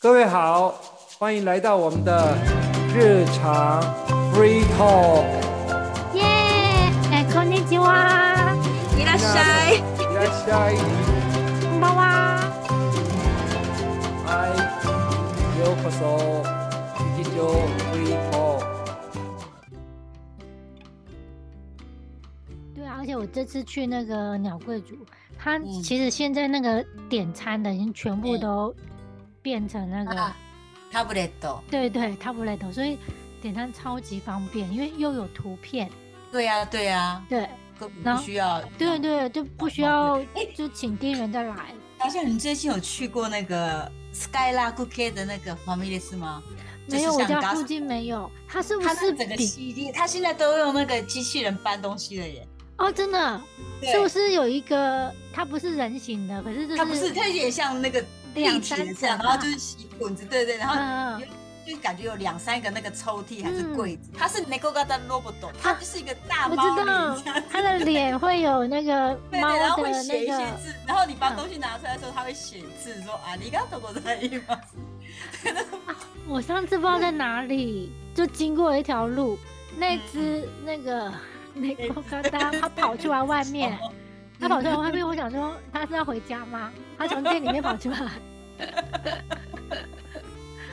各位好，欢迎来到我们的日常 free talk。耶，哎，こんにちは，伊拉塞，いらっしゃい。こんばんは。嗨，ようこそ。日常 free talk。对啊，而且我这次去那个鸟贵族，它嗯其实现在那个点餐的已经全部都变成那个，啊タブレット。对对 t a b l e t 所以点餐超级方便，因为又有图片，对呀、对哦呀、对根本然不后需要。对对，就不需方要就请店员再来。好像你最近有去过那个 Skylark K 的那个 Families 吗？就是没有，我像家 Gus- 附近没有，它是不他是那整个比系列，他现在都用那个机器人搬东西了耶。哦真的是不是有一个它不是人形的，可是就他不是，他有点像那个立两体三的这层样，然后啊就是洗滚子，对对，然后嗯嗯有就感觉有两三个那个抽屉还是嗯啊柜子。它是 n e g o g a d a Robot，它就是一个大我猫知脸 道这样子，它的脸会有那个对对，然猫后的会写那一些个，字，然后你把东西拿出来的时候，他会写字说啊，你刚ございます。我上次不知道在哪里，就经过一条路，那嗯只那 个那个刚刚它跑出来外面，哦它跑出来外面，我想说它是要回家吗？它从店里面跑出来。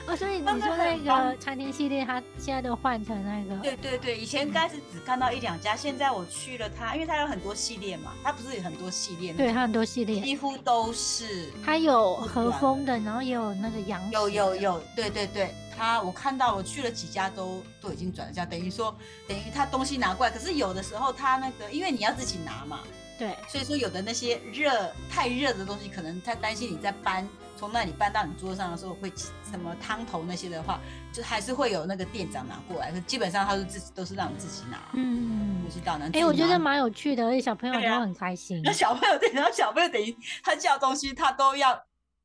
哦，所以你说那 个餐厅系列，它现在都换成那个，对对对，以前刚开始只看到一两家，现在我去了它，因为它有很多系列嘛，它不是有很多系列，对，，它很多系列，几乎都是它有和风的，然后也有那个洋食，有有有，对对对，它我看到我去了几家都都已经转了家，等于说等于它东西拿过来，可是有的时候它那个因为你要自己拿嘛，对，所以说，有的那些热太热的东西，可能他担心你在搬从那里搬到你桌上的时候会起什么汤头那些的话，就还是会有那个店长拿过来。可基本上他是自己都是让你自己拿，嗯我。知道呢。哎、自己我觉拿得。蛮有趣的，而且小朋友对都啊很开心。 那小朋友对，然后小朋友等于他叫东西，他都要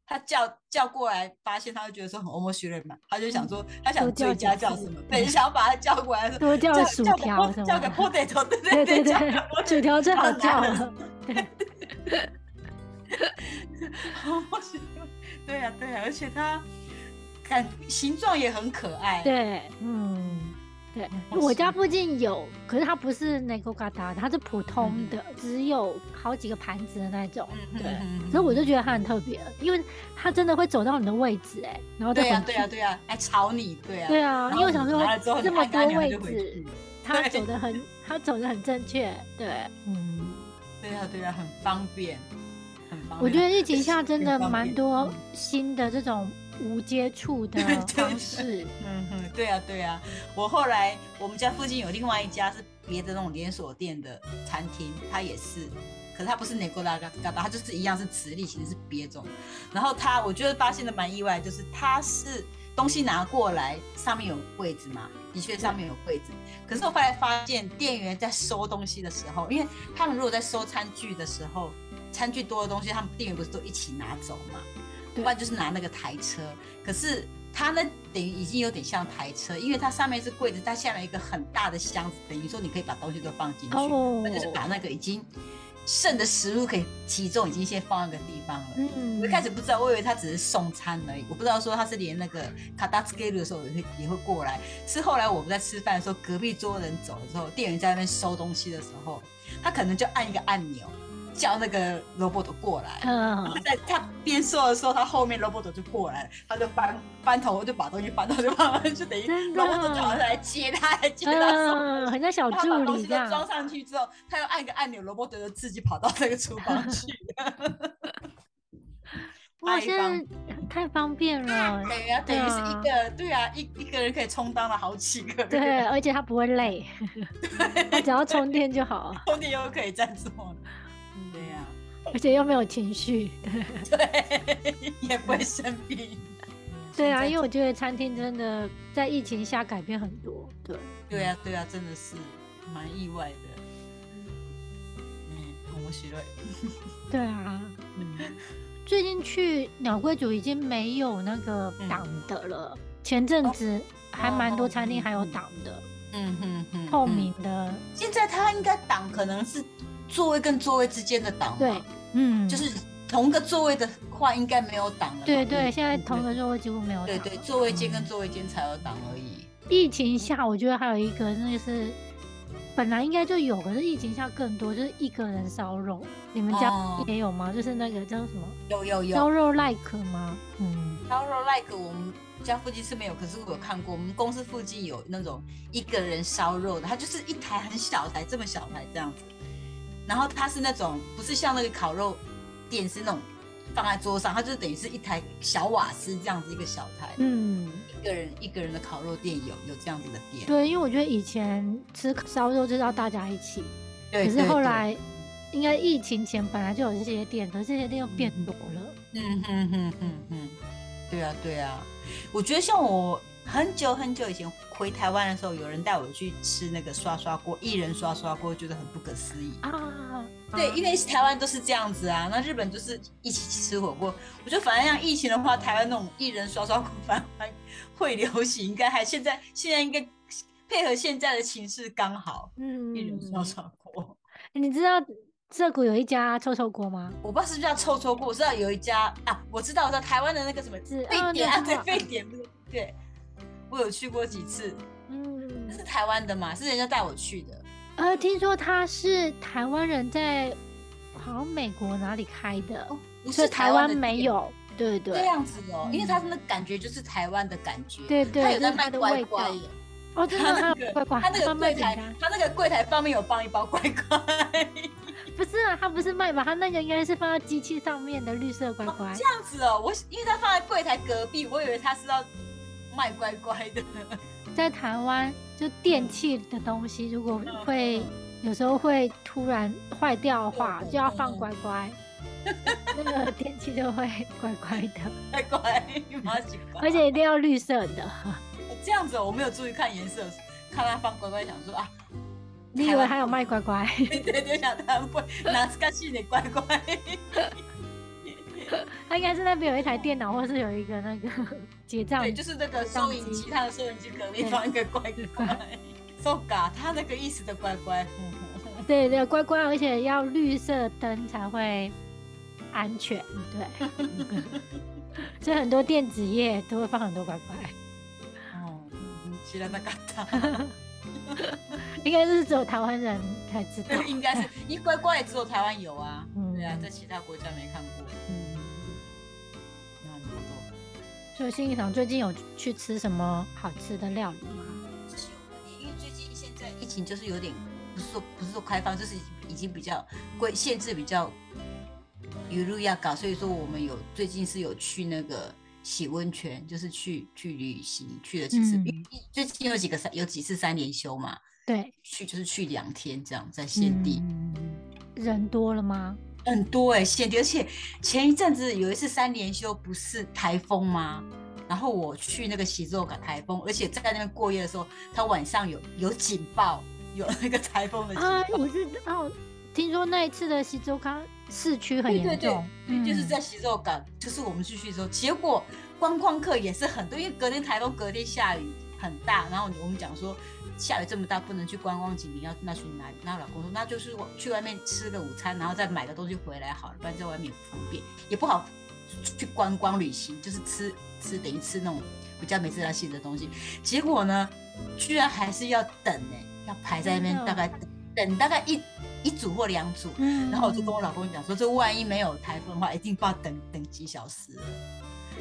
他叫叫过来，发现他就觉得说很 almost 嘛，他就想说他多想叫追加几嗯叫次什么，对对，想把他叫过来说多叫叫薯叫个条 pot- 什么叫个的， potato，对 对对对，叫对个 potato 薯条最好叫叫 了。 对呀、对呀、啊而且它感形状也很可爱。，对，嗯，对，好我家吃附近有，可是它不是那个嘎达，它是普通的，只有好几个盘子的那种。嗯对，嗯所以我就觉得它很特别，因为它真的会走到你的位置、哎，然后再对呀、回对去呀、。对呀、来吵你，对呀、对啊，然因后为我想你拿了之后说你这么按多它你位就回置去，它对走的 很，它走的很正确。对，嗯。对呀、对呀、啊很方便，很方便。我觉得疫情下很真的方蛮便多嗯新的这种无接触的 对方式，嗯哼，对呀、对呀、我后来我们家附近有另外一家是别的那种连锁店的餐厅，它也是，可是它不是内锅拉嘎嘎巴，它就是一样是直立型，是别种。然后它我觉得发现的蛮意外，就是它是东西拿过来，上面有柜子嘛，的确上面有柜子。可是我后来发现，店员在收东西的时候，因为他们如果在收餐具的时候，餐具多的东西，他们店员不是都一起拿走嘛？对不然就是拿那个台车。可是它呢，等于已经有点像台车，因为它上面是柜子，它下面一个很大的箱子，等于说你可以把东西都放进去，哦那就是把那个已经剩的食物可以集中，已经先放那个地方了。嗯我一，开始不知道，我以为他只是送餐而已，我不知道说他是连那个卡达斯 k 鲁的时候也会也会过来。是后来我们在吃饭的时候，隔壁桌人走了之后，店员在那边收东西的时候，他可能就按一个按钮，叫那个 robot 过来。 嗯，在他边说的时候，他后面 robot 就过来了，他就翻翻头，就把东西翻到，就慢慢就等于真的 robot 就好像来接他，来接他送嗯，很像小他把助东理西这都样，装上去之后，他又按一个按钮，罗伯特就自己跑到那个厨 房去。哇，太现方在太方便了，对呀、啊，等于是一个对啊，一一个人可以充当了好几个人，对，啊而且它不会 累，它只要充电就好，兄弟又可以这样做了。对呀、而且又没有情 绪，对，对，也不会生病。对啊，现在因为我觉得餐厅真的在疫情下改变很多，对，对呀、对呀、啊真的是蛮意外的。嗯，面白い。对啊，嗯，最近去鸟贵族已经没有那个嗯哦挡的了，前阵子还蛮多餐厅还有嗯嗯嗯挡的，嗯哼哼，透嗯明。的，现在他应该挡可能是座位跟座位之间的挡嘛，对，嗯，就是同个座位的话应该没有挡了吧。对对，现在同个座位几乎没有。对对，座位间跟座位间才有挡而已。疫情下，我觉得还有一个那就是，本来应该就有，可是疫情下更多，就是一个人烧肉。你们家哦也有吗？就是那个叫什么有有有烧，肉 like 吗？嗯，烧肉 like 我们家附近是没有，可是我有看过，我们公司附近有那种一个人烧肉的，它就是一台很小台，这么小台这样子，然后它是那种不是像那个烤肉店是那种放在桌上，它就等于是一台小瓦斯这样子一个小台，嗯，一个人一个人的烤肉店有有这样子的店，对，因为我觉得以前吃烧肉就是要大家一起，对可是对后对来应该疫情前本来就有这些店，可是这些店又变多了。嗯哼哼哼哼，对啊对啊，我觉得像我很久很久以前回台湾的时候，有人带我去吃那个刷刷锅，一人刷刷锅，觉得很不可思议。啊，嗯对，啊因为台湾都是这样子啊，那日本就是一起吃火锅。我觉得反正像疫情的话，台湾那种一人刷刷锅反而会流行，应该还现在现在应该配合现在的情势刚好，嗯一人刷刷锅。你知道涩谷有一家臭臭锅吗？我不知道是不是叫臭臭锅，我知道有一家啊，我知道我知道台湾的那个什么是哦沸点啊，对，沸对，点不是对，我有去过几次，嗯那，是台湾的嘛，是人家带我去的。呃，听说他是台湾人在好像美国哪里开的，哦，不所以是台湾湾的没店有，对对这样子哦，因为嗯它那感觉就是台湾的感觉。对它对，有就在是它卖的乖味乖道耶，。哦，真的，它它 那个乖乖，它那个卖柜饼台干，它那个柜台上面有放一包乖乖。 不是啊，它不是卖吧？它那个应该是放到机器上面的绿色乖乖。这样子哦，我因为它放在柜台隔壁，我以为它是要卖乖乖的。 在台湾，就电器的东西，如果嗯会有时候会突然坏掉的话，嗯就要嗯放嗯乖 乖，那个电器就会 乖乖的，乖乖，马吉乖。而且一定要绿色的。这样子哦，我没有注意看颜色，看它放乖乖，想说啊，你以台为湾还有卖乖乖？ 对对对，想他们会拿斯卡西的乖乖。它应该是那边有一台电脑，或是有一个那个 结账对，。就是那个收银机，它的收银机隔壁放一个乖乖。so ga，它那个意思的乖乖。嗯对对，乖乖，而且要绿色灯才会安全。 对，所以很多电子业都会放很多乖乖。哦，知らなか った。应该是只有台湾人才知道。应该是，因为乖乖也只有台湾有啊。嗯对啊，在其他国家没看过。嗯嗯，那很多。所以新一场最近有去吃什么好吃的料理吗？因为最近现在疫情就是有点，不是说不是说开放，就是已经比较规限制比较有路要搞，所以说我们有最近是有去那个洗温泉，就是去去旅行去了几次，嗯因为最近有几个三有几次三连休嘛，对，去就是去两天这样在限地。嗯人多了吗？很多哎、欸，限定，而且前一阵子有一次三连休，不是台风吗？然后我去那个喜洲港台风，而且在那边过夜的时候，它晚上有有警报，有那个台风的警啊，报，我知道，听说那一次的西周康市区很对严对对重，嗯就是在喜洲港，就是我们去去的时候，结果观光客也是很多，因为隔天台风，隔天下雨很大，然后我们讲说下雨这么大不能去观光景点，要那去哪里？那我老公说那就是我去外面吃个午餐，然后再买个东西回来好了，不然在外面不方便，也不好去观光旅行，就是吃吃等于吃那种比较没自然性的东西。结果呢，居然还是要等呢、要排在那边真的哦大概等等大概一一组或两组，嗯然后我就跟我老公讲说，这万一没有台风的话，一定不知道等等几小时了。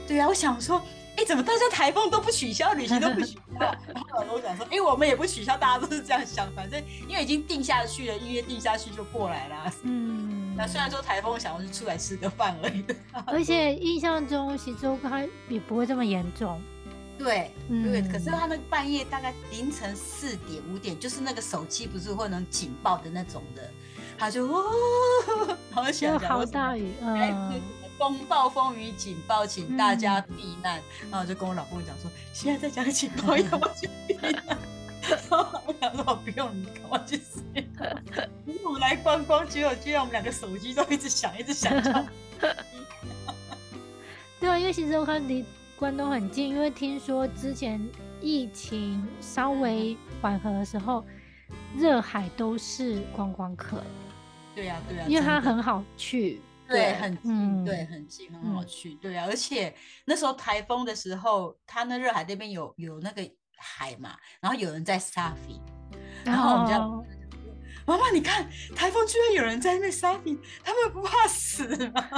对啊，我想说，哎，怎么大家台风都不取消，旅行都不取消？ 然后我老公讲说，哎，我们也不取消，大家都是这样想，反正因为已经定下去了，预约定下去就过来啦。 嗯那虽然说台风，想要是出来吃个饭而已。 而且印象中西周康也不会这么严重，对，嗯对，可是他那个半夜大概凌晨四点五点，就是那个手机不是会能警报的那种的，他就 哦，然后就想想好为什么大雨，哎，对嗯什， 么风暴风雨警报，请大家避难。嗯然后我就跟我老公讲说，现在在讲警报，要不要去避难？然后我想说，我不用你赶快去睡。我们来观光，结果居然我们两个手机都一直响，一 直响。啊对啊，因为新州康离关东很近，因为听说之前疫情稍嗯微缓和的时候，热海都是观光客，对呀、对呀、啊因为它真的很好去，对，很近，嗯对，很近，很嗯好去，对啊。而且那时候台风的时候，它那热海那边有有那个海嘛，然后有人在 surfing，然后我们家哦妈妈，你看台风居然有人在那边 surfing，他们不怕死吗？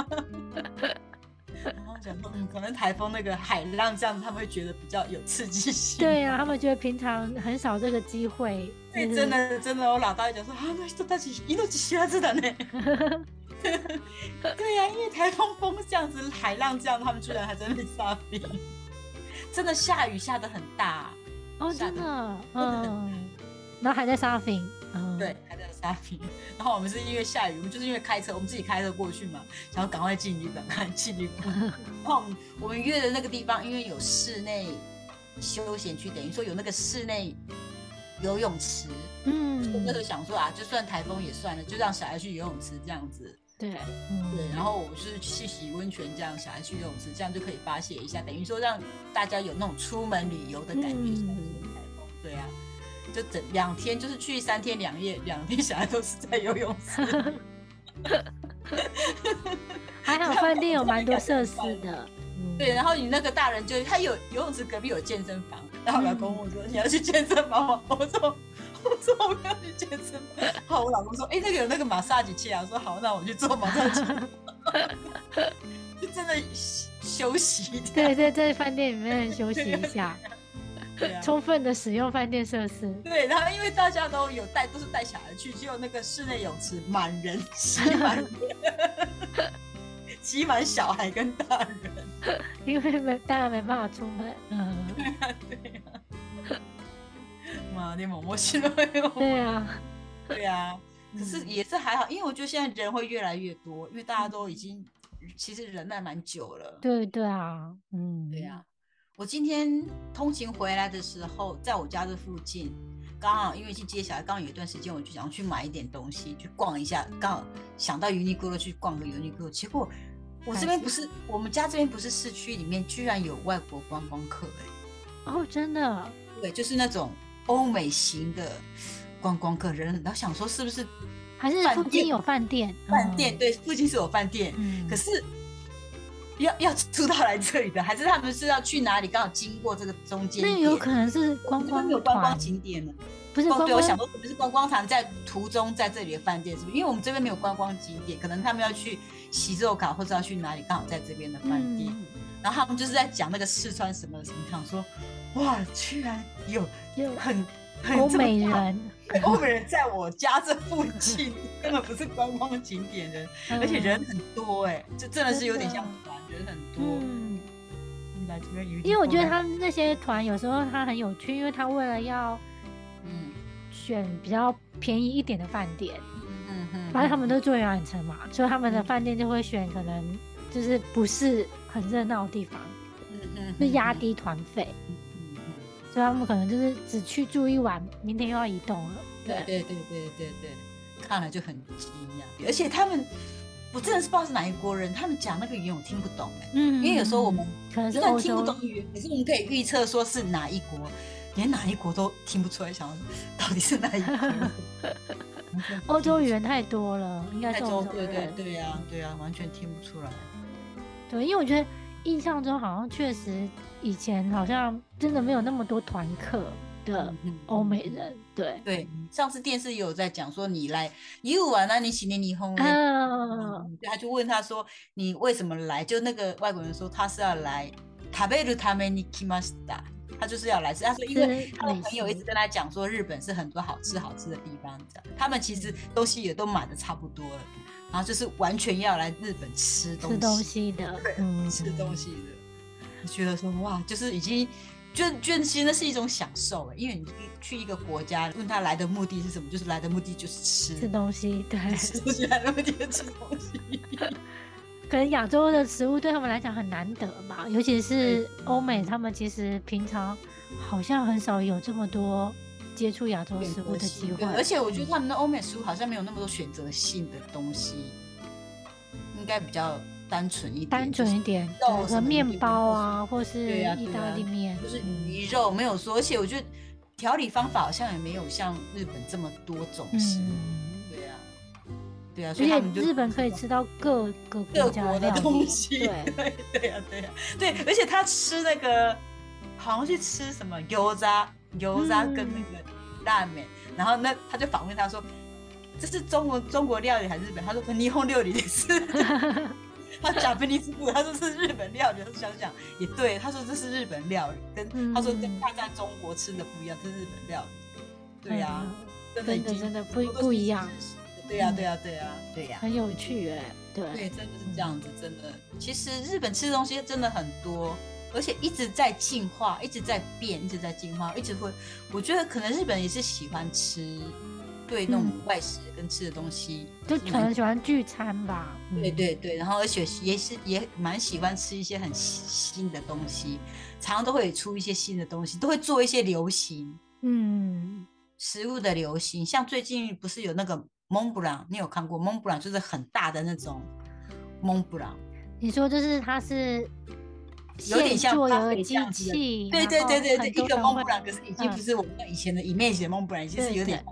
然后想说，嗯，可能台风那个海浪这样，他们会觉得比较有刺激性。对呀、啊，他们觉得平常很少这个机会，所以就是真的真的，我老大就讲说啊，那人たち命知らずだね。对呀、因为台风风这样子，海浪这样，他们居然还在那里 surfing。真的下雨下的很大， 哦，下真得的，真的很 嗯，然后还在 surfing，嗯，对，还在 surfing。然后我们是因为下雨，我们就是因为开车，我们自己开车过去嘛，想要赶快进旅馆，赶快进旅馆。然后我们我们约的那个地方，因为有室内休闲区，等于说有那个室内游泳池。 我那时嗯，候想说啊，就算台风也算了，就让小孩去游泳池这样子。对，对，嗯，然后我就是去洗温泉，这样小孩去游泳池，这样就可以发泄一下，等于说让大家有那种出门旅游的感觉。嗯像是台风对啊，就整两天，就是去三天两夜，两天小孩都是在游泳池。还好饭店有蛮多设施的，嗯，对，然后你那个大人就他有游泳池隔壁有健身房，然后我老公嗯问我说、你要去健身房吗？我说。我说我不要去健身房，好，我老公说，哎、那个有那个马萨吉器啊，我说好，那我去做马萨吉， 就真的休息一下。对对，在饭店里面休息一 下，对啊充分的使用饭店设施，对，然后因为大家都有带，都是带小孩去，只有那个室内泳池满人，挤满人，挤满小孩跟大人。因为没当然没办法出门，嗯，啊妈，你某某心都有。对啊，对啊，可是嗯也是还好，因为我觉得现在人会越来越多，因为大家都已经其实忍耐蛮久了。对对啊，嗯，对啊，我今天通勤回来的时候，在我家这附近，刚好因为去接小孩，刚好有一段时间，我就想要去买一点东西，去逛一下，刚好想到 Uniqlo 去逛个 Uniqlo，结果我这边不是我们家这边不是市区里面，居然有外国观光客、欸，哦，真的，对，就是那种欧美型的观光客人，然后想说是不是还是饭附近店有饭店，饭嗯店、，对，附近是有饭店，嗯，可是要要出到来这里的，还是他们是要去哪里？刚好经过这个中间那点，个有可能是我观们这边光没有观光团，景点呢。不是哦，观对，我光，想说可能是观光团在途中在这里的饭店，是不是？因为我们这边没有观光景点，可能他们要去洗肉卡或者要去哪里，刚好在这边的饭店。嗯，然后他们就是在讲那个四川什么什么，想说哇，居然有有很很欧这么美大人，对欧美人在我家这附近， 根本不是观光景点人，而嗯且人很多哎、这真的是有点像团，人很多。嗯，来这边有一点因为我觉得过来，他们那些团有时候他很有趣，因为他为了要嗯选比较便宜一点的饭店，嗯嗯，反正他们都做游览车嘛，所以他们的饭店就会选可能就是不是很热闹的地方，嗯嗯就压。低团费，嗯嗯嗯所以他们可能就是只去住一晚，明天又要移动了。对，对对对对对，看了就很惊讶。而且他们，我真的是不知道是哪一国人，他们讲那个语言我听不懂哎、嗯，因为有时候我们可能是虽然欧听不洲，懂语言，可是我们可以预测说是哪一国，连哪一国都听不出来，想到底是哪一 国。欧洲语言太多了，应该太是多，欧洲对对人对呀、对呀、完全听不出来。对，因为我觉得印象中好像确实以前好像真的没有那么多团客的嗯欧美。人，对，对，上次电视也有在讲说你来，你玩啊，你洗年你红嘞。嗯，对，他就问他说：“你为什么来？”就那个外国人说他是要来食べるために来ました，他就是要来吃。他说因为吃他的美朋友一直食跟他讲说日本是很多好吃好吃的地方，这样他们其实嗯东西也都买的差不多了，然后就是完全要来日本吃东吃西，东西的，嗯，吃东西的。我觉得说哇，就是已经。就就其实那是一种享受，欸因为你去一个国家，问他来的目的是什么，就是来的目的就是吃，吃东西，对， 吃东西来的目的 就是吃东西。可能亚洲的食物对他们来讲很难得吧，尤其是欧美，他们其实平常好像很少有这么多接触亚洲选食择物的性机对会，而且我觉得他们的欧美食物好像没有那么多选择性的东西，应该比较单纯一点，单就纯是一点，肉对什和么面一定包都是啊，或是对啊意对大啊利面，就是嗯鱼肉没有说，而且我觉得调理方法好像也没有像日本这么多种式。嗯对啊，对啊，而所以他们且就日本可以吃到各个各国家国的料理东西，对， 对对呀、对呀、对，而且他吃那个好像去吃什么油炸油炸跟嗯那个拉面，然后那他就访问他说，这是中国中国料理还是日本？他说霓虹料理也是。 他 Japanese food，他说是日本料理，他说想想也对，他说这是日本料理，跟、嗯他说跟他在中国吃的不一样，这是日本料理，对啊呀、嗯真的已真的经真的不都是不一样事实，对呀、对呀、对呀、对呀、很有趣哎，对，对，真的是这样子，真的。其实日本吃的东西真的很多，而且一直在进化，一直在变，一直在进化，一直会。我觉得可能日本也是喜欢吃，对那种嗯外食跟吃的东西，就可能喜欢聚餐吧，嗯嗯对对对，然后而且也是也蛮喜欢吃一些很新新的东西，常常都会出一些新的东西，都会做一些流行嗯，食物的流行。像最近不是有那个蒙布朗，你有看过蒙布朗？就是很大的那种蒙布朗。你说就是它是有点像做咖有啡个这样机子的器，对对然后对对很对，一多个人蒙会布朗，可是已经不嗯是我们以前的 image 的蒙布朗，已经是对有点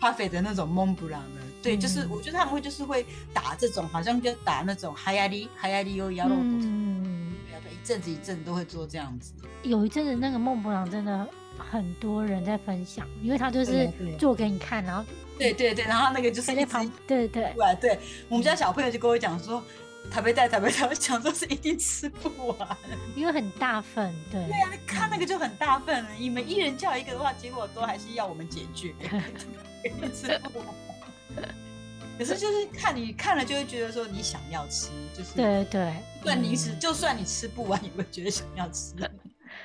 parfait 的那种蒙布朗了。对，就是嗯我觉得他们会就是会打这种，好像就打那种海亚利海亚利欧亚肉朵，嗯，对啊对，一阵子一阵子都会做这样子。有一阵子那个孟布朗真的很多人在分享，因为他就对是啊对啊做给你看，然后对对对，然后那个就是嗯在一那直旁，嗯对对出来，对我们家小朋友就跟我讲说，台北带台北带，我想说是一定吃不完。对，因为很大份，对，看那个就很大份了，你们一人叫一个的话，结果都还是要我们解 决，吃不完可是就是看你看了就会觉得说你想要吃，就是对对，就算零食，嗯就算你吃不完，也会觉得想要吃。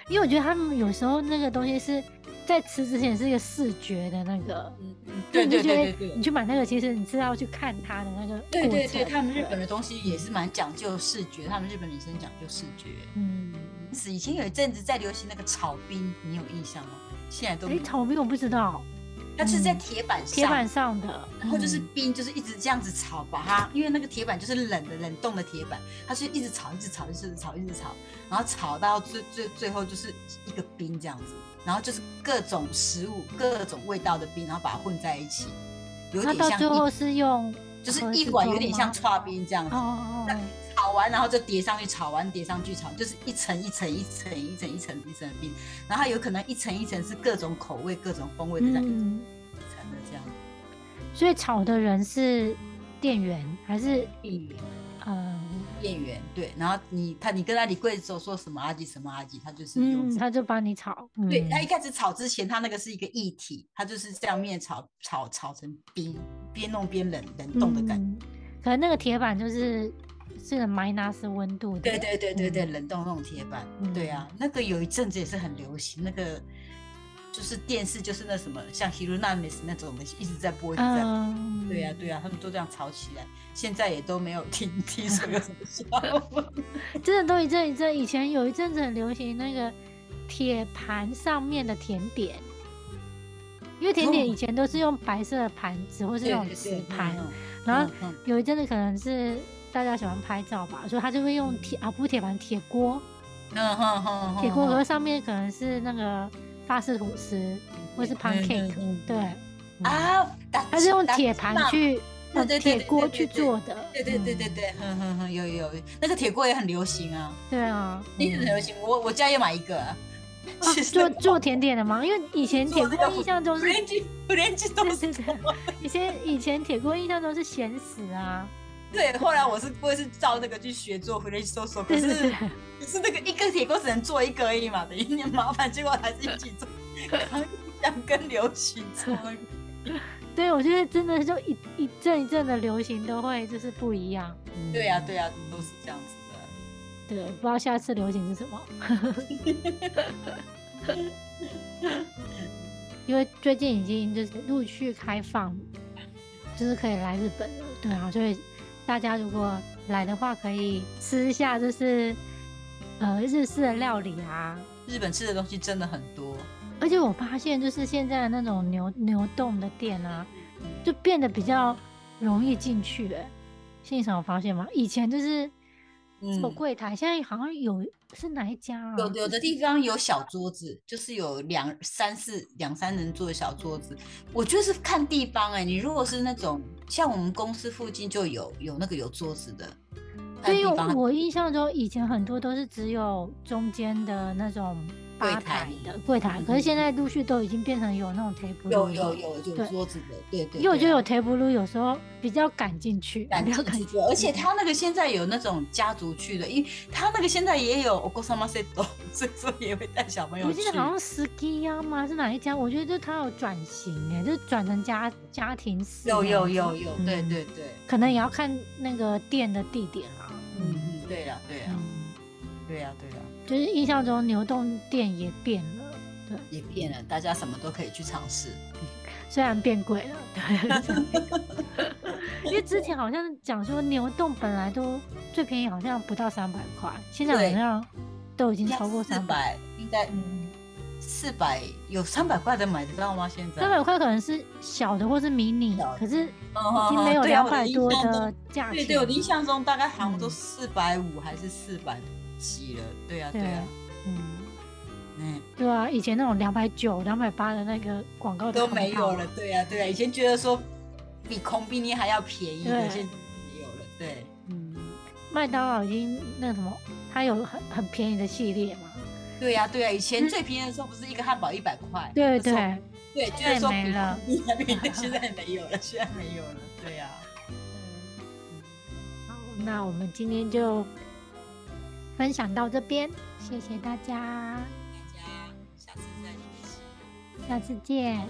因为我觉得他们有时候那个东西是在吃之前是一个视觉的那个，嗯，就对你就对觉对对得对你。去买那个，其实你是要去看它的那个对过对对，程他们日本的东西也是蛮讲究视觉，他们日本女生讲究视觉。嗯，是以前有一阵子在流行那个炒冰，你有印象吗？现在都没哎，有，炒冰我不知道，它是在铁板上，铁板上的，然后就是嗯冰，就是一直这样子炒，把它，因为那个铁板就是冷的冷冻的铁板，它就一直炒，一直炒，一直炒，一直炒，然后炒到最最最后就是一个冰这样子，然后就是各种食物、各种味道的冰，然后把它混在一起，有那点嗯到像最后一是用就是盒一子碗装有点吗像刨冰这样哦子，哦哦，炒完然后就叠上去，炒完叠上去炒，就是一层一层一层一层一层一层的冰，然后它有可能一层一层是各种口味、各种风味的这样一层嗯，的这样。所以炒的人是店员还是嗯嗯店员对，然后你他你跟他理柜的时候说什么阿吉什么阿吉，他就是用嗯，这个、他就帮你炒，对嗯他一开始炒之前，他那个是一个液体，他就是这样面炒炒炒成冰，边弄边冷冷冻的感觉。嗯可能那个铁板就是是个 minus 温度的，对对对对对，冷冻那种铁板，嗯对啊，那个有一阵子也是很流行，那个就是电视就是那什么像 h i r u n a m i s 那种的，一直在播，一直在播。嗯，对呀、对呀、他们都这样炒起来，现在也都没有听 听说有什么效果。哎真的都一阵一阵，以前有一阵子很流行那个铁盘上面的甜点。因为哦甜点以前都是用白色的盘子或是那种瓷 盘，然后嗯有一阵子可能是大家喜欢拍照吧，所以他就会用铁啊不是铁盘铁锅，嗯哼哼哼，铁锅哼壳上面可能是那个法式吐司或是 pancake，嗯嗯嗯对，嗯，啊，打它是用铁盘，去对用哦对对铁对锅对去对对做的，对对对嗯对对，哼哼哼，有有有，那个铁锅也很流行啊，对 啊，也很嗯流行，我我家也买一个、啊，啊其实做做甜点的嘛，因为以前铁做那锅个印象中是， 连 鸡连鸡都对是对对，以前以前铁锅印象中是咸死啊，对，后来我是我也是照那个去学做 f r e n c h toast，可对对是对，可是那个一个铁锅只能做一个而已嘛，等于你麻烦，结果还是一起做，然后互相跟流 行做那个。对我觉得真的就一一阵一阵的流行都会就是不一样，嗯对呀、啊对呀、都是这样子的。对，不知道下次流行是什么。因为最近已经就是陆续开放，就是可以来日本了，对啊，所以大家如果来的话，可以吃一下就是呃日式的料理啊。日本吃的东西真的很多，而且我发现，就是现在那种牛牛冻的店啊，就变得比较容易进去、欸。现场发现吗？以前就是嗯有柜台，现在好像有是哪一家啊？有有的地方有小桌子，就是有两三四两三人坐的小桌子。我觉得是看地方哎、你如果是那种像我们公司附近就有有那个有桌子的，所看以地方我印象中以前很多都是只有中间的那种柜吧台嗯台的柜台，可是现在陆续都已经变成有那种 table，有 room 有有有对桌子的，对对因为我觉得有对啊 table room 有时候比较赶进去，感比较觉赶感觉，而且他那个现在有那种家族去的，因为他那个现在也有 o k o s a m a s e t 所以说也会带小朋友去。我记得好像 ski 呀吗？是哪一家？我觉得它有转型哎，就是转成家家庭式。有有有有，对嗯对对，可能也要看那个店的地点啦。嗯嗯，对了对了嗯，对了对了，啊就是印象中牛洞店也变了，也变了，大家什么都可以去尝试。虽然变贵了， 对。因为之前好像讲说牛洞本来都最便宜，好像不到三百块，现在好对像都已经超过四三百。嗯百，嗯应该四百有三百块的买得到吗？现在哦三百块可能是小的或是迷你小，的啊可是已已经没有两百多的。价钱了。对对，我的印象中大概好像都嗯四百五还是四百几了。对啊，对啊，嗯，嗯，对啊，以前那种两百九、两百八的那个广告都看不没到有了。。对啊，对啊，以前觉得说比孔比尼还要便宜，对可现在没有了。对，嗯，麦当劳已经那个什么，它有很很便宜的系列嘛。对呀、对呀、啊以前嗯最便宜的时候不是一个汉堡一百块？对那时候对，对，现就在是说没比了孔比尼还便 宜，现在没有了，现在没有了。对啊呀、好，那我们今天就分享到这边，谢谢大家，大家下次再学习。下次见，